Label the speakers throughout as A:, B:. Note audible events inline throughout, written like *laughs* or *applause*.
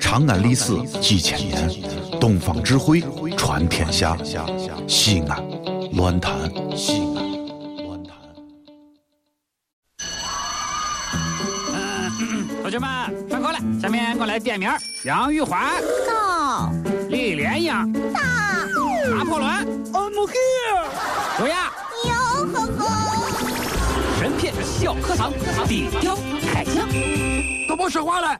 A: 长安历史几千年，东方智慧传天下。西安，乱谈西安，乱谈。
B: 同学们上课了，下面我来点名：杨玉环、
C: 到
B: 李莲英、
C: 大
B: 拿破仑、I'm here、卓雅、
C: 牛呵呵，
B: 神片小课堂、底雕开讲，都别说话了。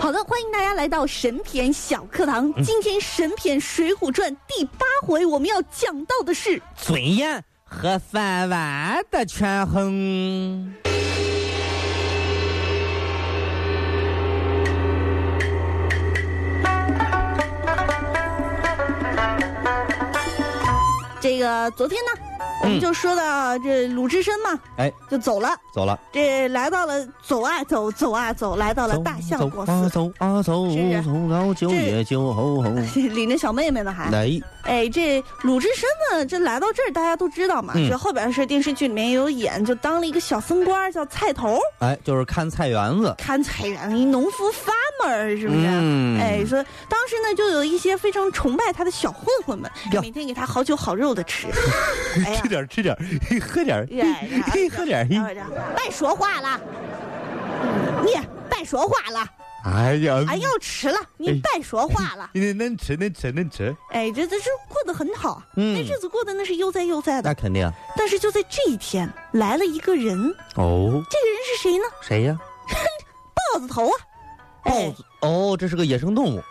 C: 好的，欢迎大家来到神篇小课堂。
D: 嗯
C: 今天神篇《水浒传》第八回，我们要讲到的是
D: 尊严和饭碗的权衡。
C: 这个昨天呢，
D: 嗯
C: 我们就说到这鲁智深嘛，
D: 哎，
C: 就走了，
D: 走了，
C: 这来到了走啊走走啊走，来到了
D: 走
C: 大
D: 走
C: 相国 *laughs*
D: 啊
C: 寺，
D: 走啊走，
C: 是是
D: 从老酒
C: 这
D: 也酒吼吼。
C: 领着小妹妹呢还。
D: 来，
C: 哎，这鲁智深呢，这来到这儿，大家都知道嘛，
D: 嗯
C: 这后边是电视剧里面也有演，就当了一个小僧官儿，叫菜头儿，
D: 哎，就是看菜园子，
C: 看菜园，一农夫 farmer 是不是？
D: 嗯
C: 哎，说当时呢，就有一些非常崇拜他的小混混们，
D: 哟
C: 每天给他好酒好肉的
D: *laughs*
C: 吃。哎呀哎
D: 吃，点儿吃点儿，嘿喝点儿，
C: 呀
D: *laughs* 嘿
C: 呀
D: 嘿喝点儿。嘿
C: 待会儿待会儿别说话了，你别说话了，
D: 哎呀，
C: 哎，要迟了，你
D: 哎
C: 别说话了。
D: 你能吃能吃能吃，
C: 哎，这这这过得很好，啊
D: 嗯
C: 那日子过得那是啊悠哉悠哉的
D: 那。肯定。
C: 但是就在这一天，来了一个人，
D: 哦，
C: 这个人是谁呢？
D: 谁呀？
C: 豹子头啊，
D: 豹
C: 哎，
D: 子。哦，这是个野生动物。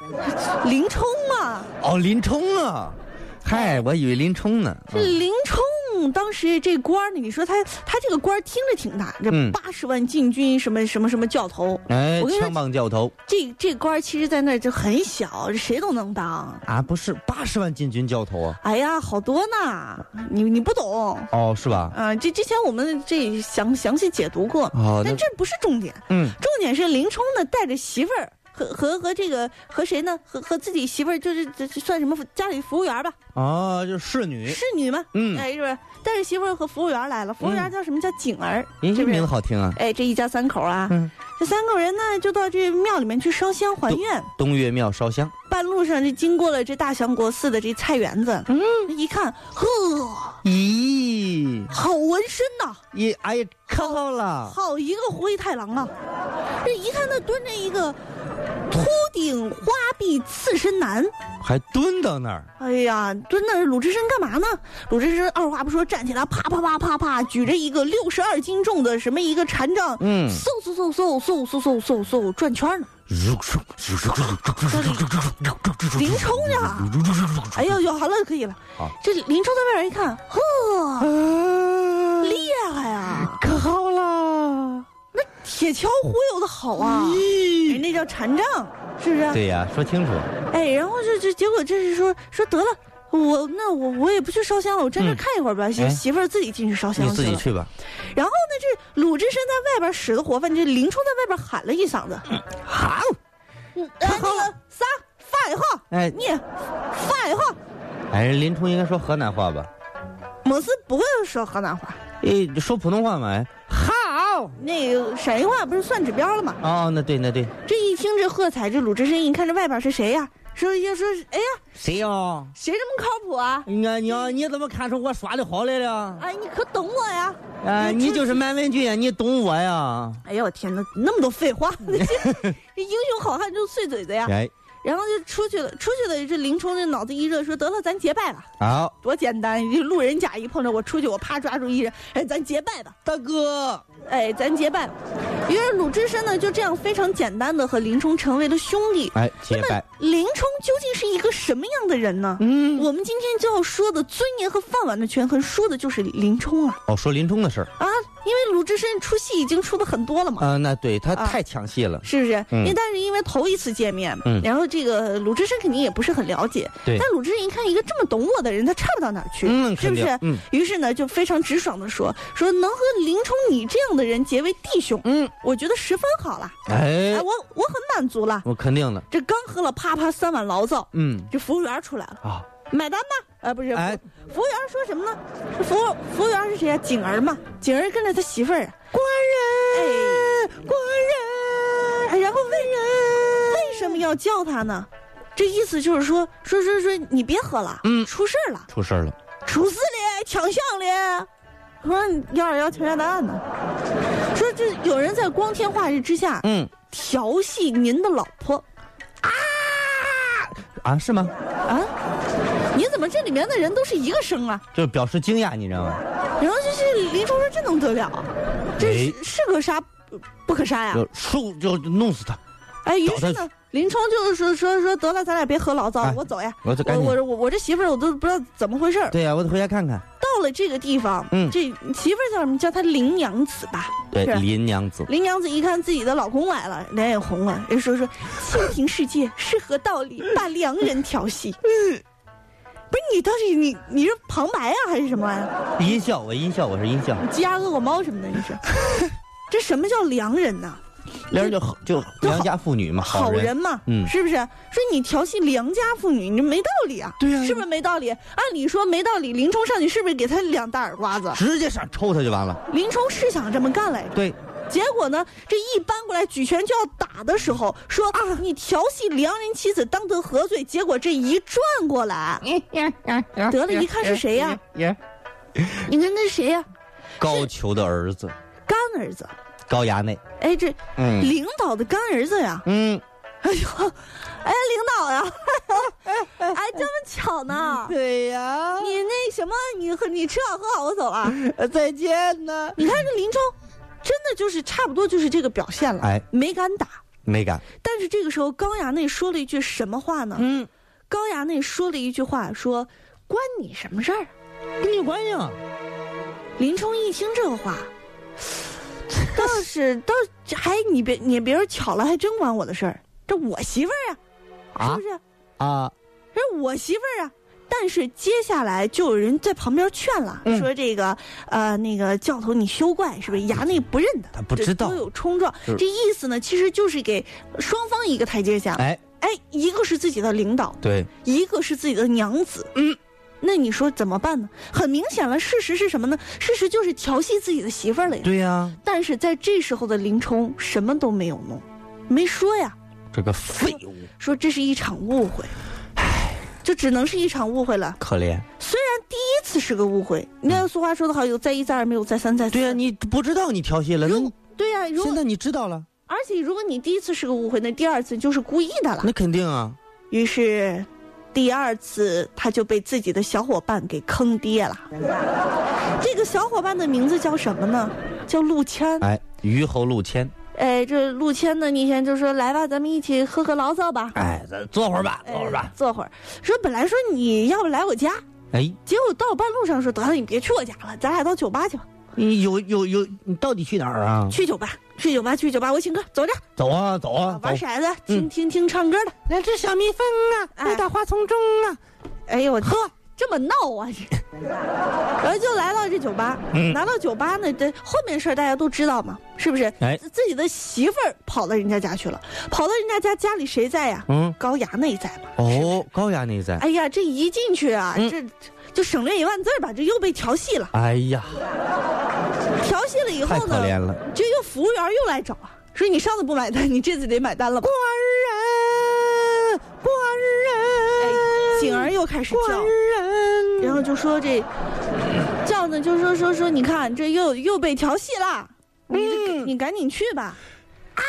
C: 林冲啊，
D: 哦，林冲啊！嗨，我以为林冲呢。
C: 这林冲当时这官儿呢，你说他他这个官儿听着挺大，这
D: 嗯
C: 八十万禁军什么什么什么教头，
D: 哎
C: 我跟，你说
D: 枪棒教头
C: 这这官儿其实在那儿就很小，谁都能当。
D: 啊，不是八十万禁军教头啊？
C: 哎呀，好多呢，你你不懂。
D: 哦，是吧？
C: 嗯、这之前我们这详详细解读过，
D: 哦，那
C: 但这不是重点，
D: 嗯，
C: 重点是林冲呢带着媳妇儿和和和这个和谁呢？和和自己媳妇儿就是这这算什么家里服务员吧，
D: 哦，就是侍女，
C: 侍女嘛，
D: 嗯
C: 哎是不是？带着媳妇儿和服务员来了，服务员
D: 嗯
C: 叫什么叫景儿，
D: 您
C: 是
D: 这
C: 不是
D: 名字？好听啊。
C: 哎，这一家三口啊，
D: 嗯
C: 这三口人呢就到这庙里面去烧香还愿。
D: 东岳庙烧香，
C: 半路上就经过了这大相国寺的这菜园子，嗯，一看，呵，
D: 哦咦，
C: 好纹身呐、
D: 一哎呀，看到了，
C: 好一个胡一太郎啊！这一看他蹲着一个秃顶花臂刺身男，
D: 还蹲到那儿，
C: 哎呀，蹲那儿鲁智深干嘛呢？鲁智深二话不说站起来，啪啪啪啪啪，举着一个六十二斤重的什么一个禅杖，
D: 嗯
C: 嗖嗖嗖嗖嗖嗖嗖嗖嗖转圈呢。林冲呀，哎呦呦，好了，可以了
D: 好。
C: 这林冲在外边一看，呵，
D: 啊，
C: 厉害呀，
D: 可好了，
C: 铁锹忽悠的好啊，人
D: 咦，
C: 那叫禅杖，是不是？
D: 对呀，说清楚，
C: 哎，然后就就结果这是说说得了，我那我我也不去烧香了，我站这儿
D: 嗯
C: 看一会儿吧。媳、
D: 哎
C: 媳妇儿自己进去烧香
D: 你
C: 去
D: 自己
C: 了。
D: 去吧，
C: 然后呢，这鲁智深在外边使的活泛，这林冲在外边喊了一嗓子：“
D: 好，
C: 嗯呃，那个啥，废话，
D: 哎
C: 你废话，
D: 哎，林冲应该说河南话吧？
C: 我是不会说河南话，
D: 哎，说普通话嘛，哎，好，
C: 那个陕西话不是算指标了吗？
D: 哦，那对那对，
C: 这一听这喝彩，这鲁智深一看这外边是谁呀、说要说，哎呀，
D: 谁呀？
C: 谁这么靠谱啊？
D: 俺娘，你怎么看出我耍的好来了？
C: 哎，你可懂我呀？
D: 哎，你就是满文军呀，啊你懂我呀？
C: 哎呦我天哪，那么多废话！这
D: *laughs*
C: 这英雄好汉就是碎嘴子呀。
D: 哎，
C: 然后就出去了，出去了。这林冲这脑子一热，说得了，咱结拜吧，
D: 好。
C: 多简单！这路人甲一碰着我出去，我啪抓住一人，哎，咱结拜吧，
D: 大哥，
C: 哎，咱结拜吧。于是鲁智深呢，就这样非常简单的和林冲成为了兄弟。
D: 哎，结
C: 那么
D: 拜，
C: 林冲究竟是一个什么样的人呢？
D: 嗯，
C: 我们今天就要说的尊严和饭碗的权衡，说的就是林冲啊
D: 哦，说林冲的事儿，
C: 啊！因为鲁智深出戏已经出的很多了嘛，
D: 啊，那对他
C: 啊
D: 太抢戏了，
C: 是不是？
D: 嗯
C: 因为但是因为头一次见面，
D: 嗯
C: 然后这个鲁智深肯定也不是很了解，
D: 对
C: 但鲁智深一看一个这么懂我的人，他差不到哪儿去，
D: 嗯
C: 是不
D: 肯
C: 是
D: 定？嗯
C: 于是呢，就非常直爽的说，说能和林冲你这样的人结为弟兄，
D: 嗯，
C: 我觉得十分好了，
D: 哎
C: 哎，，我我很满足了。
D: 我肯定了，
C: 这刚喝了啪啪三碗醪糟，
D: 嗯
C: 这服务员出来了，
D: 啊，
C: 买单吧。呃，不是，
D: 哎
C: 服务员说什么呢？这服务服务员是谁啊？景儿嘛，景儿跟着他媳妇儿啊，官人，哎，官人，哎，然后问人为什么要叫他呢？这意思就是说，说说说你别喝了，
D: 嗯
C: 出事儿了，
D: 出事儿了，
C: 出事了，抢项了。我说幺二幺敲诈案呢，说这有人在光天化日之下
D: 嗯
C: 调戏您的老婆
D: 啊，是吗？
C: 啊？你怎么这里面的人都是一个声啊？
D: 就表示惊讶，你知道吗？
C: 然后就是林冲说：“这能得了？啊这是、是个杀不不可杀呀
D: 就树就弄死他，！”
C: 哎，于
D: 找
C: 是
D: 他
C: 呢，林冲就是说说说得了，咱俩别喝老糟，
D: 哎
C: 我走呀！
D: 我
C: 我
D: 就赶紧，
C: 我我我这媳妇儿我都不知道怎么回事儿。
D: 对呀，我得回家看看。
C: 到了这个地方，
D: 嗯
C: 这媳妇儿叫什么？叫她林娘子吧。
D: 对
C: 是，
D: 林娘子，
C: 林娘子一看自己的老公来了，脸也红了，人说说：“清平世界是何道理？把良人调戏。”嗯，不是你倒是你你是旁白啊还是什么玩意儿？
D: 音效，我音效，我是音效，
C: 鸡鸭鹅狗猫什么的，你是？
D: *laughs*
C: 这什么叫良人呐？
D: 梁就就良家妇女嘛，
C: 好
D: 人，
C: 人嘛，
D: 嗯
C: 是不是？说你调戏良家妇女，你这没道理啊，
D: 对呀
C: 是不是没道理？按理说没道理，林冲上去是不是给他两大耳刮子？
D: 直接上抽他就完了。
C: 林冲是想这么干来着，
D: 对，
C: 结果呢，这一搬过来举拳就要打的时候，说啊，你调戏良人妻子，当得何罪？结果这一转过来，得了，一看是谁呀、你看那是谁呀、
D: 高俅的儿子
C: 干儿子，
D: 高衙内，
C: 哎，这
D: 嗯
C: 领导的干儿子呀。
D: 嗯，
C: 哎，领导呀， *laughs* 哎，这么巧呢？
D: 嗯对呀，呃
C: 你那什么，你喝你吃好喝好，我走了。
D: 再见呢。
C: 你看这林冲，真的就是差不多就是这个表现了，
D: 哎
C: 没敢打。
D: 没敢，
C: 但是这个时候，高衙内说了一句什么话呢？
D: 嗯，
C: 高衙内说了一句话，说：“关你什么事儿
D: 跟你有关系啊。？”
C: 林冲一听这
D: *laughs*
C: 话，倒是倒是还你别你别说巧了，还真管我的事儿，这我媳妇儿呀，是
D: 啊
C: 不是？
D: 啊，
C: 这是我媳妇儿啊。但是接下来就有人在旁边劝了，
D: 嗯
C: 说这个呃那个教头你休怪是不是？衙内不认得，
D: 他不知道
C: 这都有冲撞。
D: 就是
C: 这意思呢，其实就是给双方一个台阶下。哎
D: 哎，
C: 一个是自己的领导，
D: 对，
C: 一个是自己的娘子。
D: 嗯。
C: 那你说怎么办呢？很明显了，事实是什么呢？事实就是调戏自己的媳妇儿了呀。
D: 对呀，
C: 但是在这时候的林冲什么都没有弄，没说呀。
D: 这个废物，
C: 说这是一场误会，就只能是一场误会了。
D: 可怜。
C: 虽然第一次是个误会，你看俗话说得好，有再一再二，没有再三再四。
D: 嗯对呀，你不知道你调戏了，那
C: 如
D: 你
C: 对呀、如
D: 现
C: 果
D: 在你知道了，
C: 而且如果你第一次是个误会，那第二次就是故意的了。
D: 那肯定啊。
C: 于是，第二次他就被自己的小伙伴给坑爹了。
D: *laughs*
C: 这个小伙伴的名字叫什么呢？叫陆谦。
D: 哎，虞侯陆谦，
C: 哎，这陆谦呢，那天就说来吧，咱们一起喝个醪糟吧。
D: 哎，咱坐会儿吧，坐会儿
C: 哎
D: 吧。，
C: 坐会儿。说本来说你要不来我家，
D: 哎，
C: 结果到半路上说得了，你别去我家了，咱俩到酒吧去吧，
D: 你有有有，你到底去哪儿啊？
C: 去酒吧，去酒吧，去酒吧，我请客，走着，
D: 走啊走啊，
C: 玩
D: 走
C: 骰子，听听听唱歌的。
D: 两只小蜜蜂啊，
C: 哎
D: 飞到花丛中啊。
C: 哎呦我呵，这么闹啊！这然后就来到这酒 *laughs* 吧，
D: 嗯
C: 拿到酒吧呢，这后面事儿大家都知道嘛，是不是？
D: 哎
C: 自自己的媳妇儿跑到人家家去了，跑到人家家，家里谁在呀？
D: 嗯，
C: 高衙内在嘛？
D: 哦，高衙内在。
C: 哎呀，这一进去啊，
D: 嗯
C: 这就省略一万字儿吧，这又被调戏了。
D: 哎呀，
C: 调戏了以
D: 太
C: 后
D: 可怜
C: 呢，
D: 了。
C: 这又服务员又来找啊，说你上次不买单，你这次得买单了吧？官人，官人，景哎儿又开始叫。然后就说这叫呢，就说说说，你看这又又被调戏啦，你这你赶紧去吧，啊，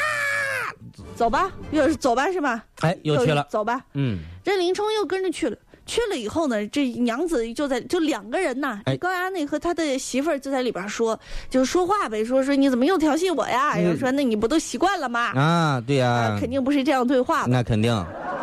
C: 走吧，又是走吧是吧？
D: 哎，又去了。
C: 走吧。
D: 嗯，
C: 这林冲又跟着去了，去了以后呢，这娘子就在就两个人呐，
D: 哎
C: 高衙内和他的媳妇儿就在里边说，就说话呗，说说你怎么又调戏我呀？然后说那你不都习惯了吗？
D: 嗯啊，对呀，
C: 啊肯定不是这样对话吧。
D: 那肯定。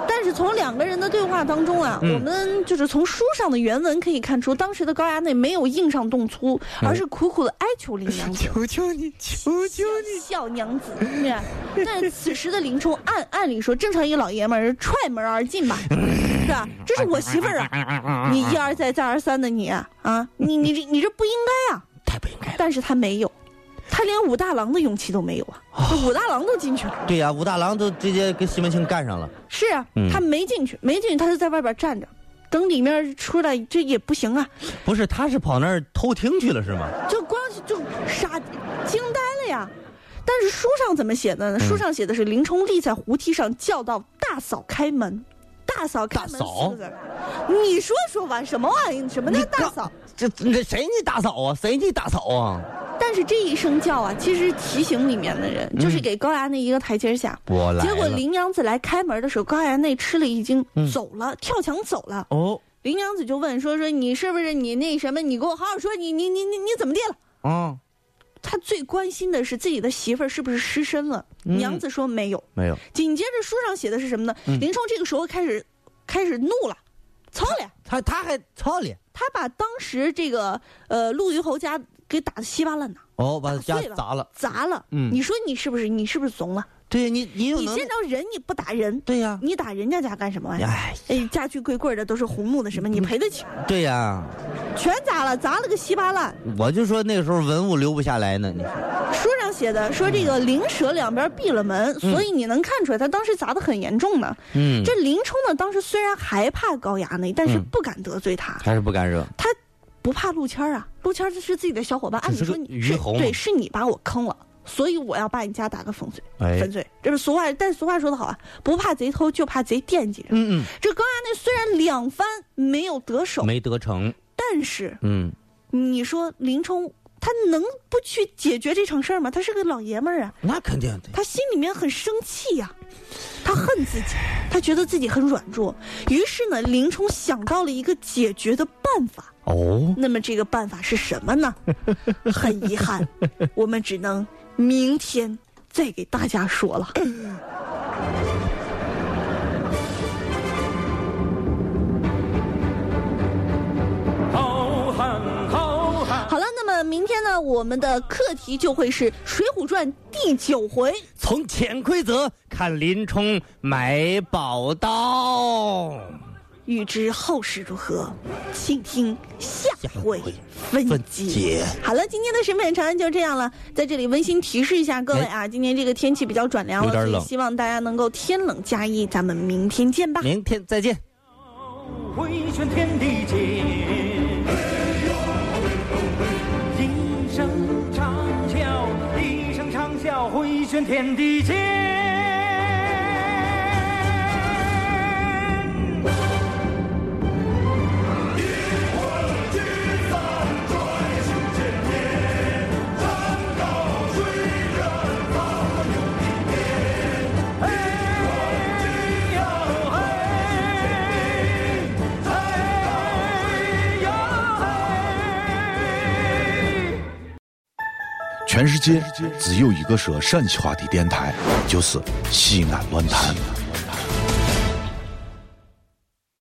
C: 但是是从两个人的对话当中啊，
D: 嗯
C: 我们就是从书上的原文可以看出，当时的高衙内没有硬上动粗，而是苦苦的哀求林娘子。
D: 嗯 *laughs* 求求你，求求你！
C: 小娘子，对
D: *laughs*
C: 吧但此时的林冲按按理说，正常一老爷们儿踹门而进
D: *laughs*
C: 吧，是吧？这是我媳妇儿啊，
D: 啊
C: 你一而再再而三的你啊，你你这你这不应该啊！
D: 太不应该了。
C: 但是他没有，他连武大郎的勇气都没有啊！
D: *laughs*
C: 这武大郎都进去了，
D: 对呀、武大郎都直接跟西门庆干上了。
C: 是啊
D: 嗯，
C: 他没进去，没进去，他就在外边站着，等里面出来，这也不行啊，
D: 不是，他是跑那儿偷听去了是吗？
C: 就光就傻惊呆了呀！但是书上怎么写的呢？
D: 嗯
C: 书上写的是林冲立在胡梯上叫道：“大嫂开门，大嫂开门。”
D: 大
C: 四
D: 嫂
C: 个字儿，你说说吧，什么玩意？什么叫大嫂？
D: 这这谁你打扫啊？谁你打扫啊？
C: 但是这一声叫啊，其实提醒里面的人，就是给高衙内一个台阶下。
D: 我嗯来了。
C: 结果林娘子来开门的时候，高衙内吃了一惊，
D: 嗯
C: 走了，跳墙走了。
D: 哦
C: 林娘子就问说：“说你是不是你那什么？你给我好好说，你你你你你怎么地了
D: 啊，？”
C: 他最关心的是自己的媳妇儿是不是失身了。
D: 嗯
C: 娘子说没有。
D: 没有，
C: 紧接着书上写的是什么呢？
D: 嗯
C: 林冲这个时候开始开始怒了，操了呀！
D: 他他还操了。
C: 他把当时这个呃陆虞侯家给打得稀巴烂呐，
D: 哦，把他家
C: 啊碎了
D: 砸了。
C: 砸了。
D: 嗯
C: 你说你是不是你是不是怂了？
D: 对呀，你你又
C: 你
D: 能
C: 见着人你不打人，
D: 对呀，
C: 你打人家家干什么玩意儿？
D: 哎，
C: 哎，家具柜柜的都是红木的，什么你赔得起？
D: 对呀，
C: 全砸了，砸了个稀巴烂。
D: 我就说那个时候文物留不下来呢。你说
C: 书上写的说这个
D: 嗯
C: 灵蛇两边闭了门，所以你能看出来他当时砸得很严重呢。
D: 嗯，
C: 这林冲呢，当时虽然害怕高衙内，但是
D: 嗯
C: 不敢得罪他，
D: 还是不敢惹。
C: 他不怕陆谦儿啊，陆谦儿是自己的小伙伴，按
D: 只
C: 理
D: 是个
C: 说你
D: 虞侯嘛
C: 对，是你把我坑了。所以我要把你家打个粉碎，
D: 哎
C: 粉碎，这是俗话。但俗话说得好啊，不怕贼偷，就怕贼惦记着。
D: 嗯
C: 这高衙内虽然两番没有得手
D: 嗯，，没得逞。
C: 但是
D: 嗯，
C: 你说林冲他能不去解决这场事儿吗？他是个老爷们儿啊，
D: 那肯定的。
C: 他心里面很生气呀、他恨自己，他觉得自己很软弱。于是呢，林冲想到了一个解决的办法。
D: 哦，
C: 那么这个办法是什么呢？很遗憾，我们只能明天再给大家说了。
B: 好汉好汉，
C: 好了，那么明天呢，我们的课题就会是《水浒传》第九回。
D: 从潜规则看林冲买宝刀。
C: 欲知后事如何，请听下回分
D: 分
C: 解。
D: 解。
C: 好了，今天的审美长安就这样了。在这里温馨提示一下各位啊，今天这个天气比较转凉
D: 哎
C: 了，
D: 有点
C: 所以
D: 冷
C: 希望大家能够天冷加衣。咱们明天见吧。
D: 明天再见。
B: 回旋天地间。一声长啸，一声长啸，回旋天地间。
A: 全世界只有一个说陕西话的电台，就是西安乱坛。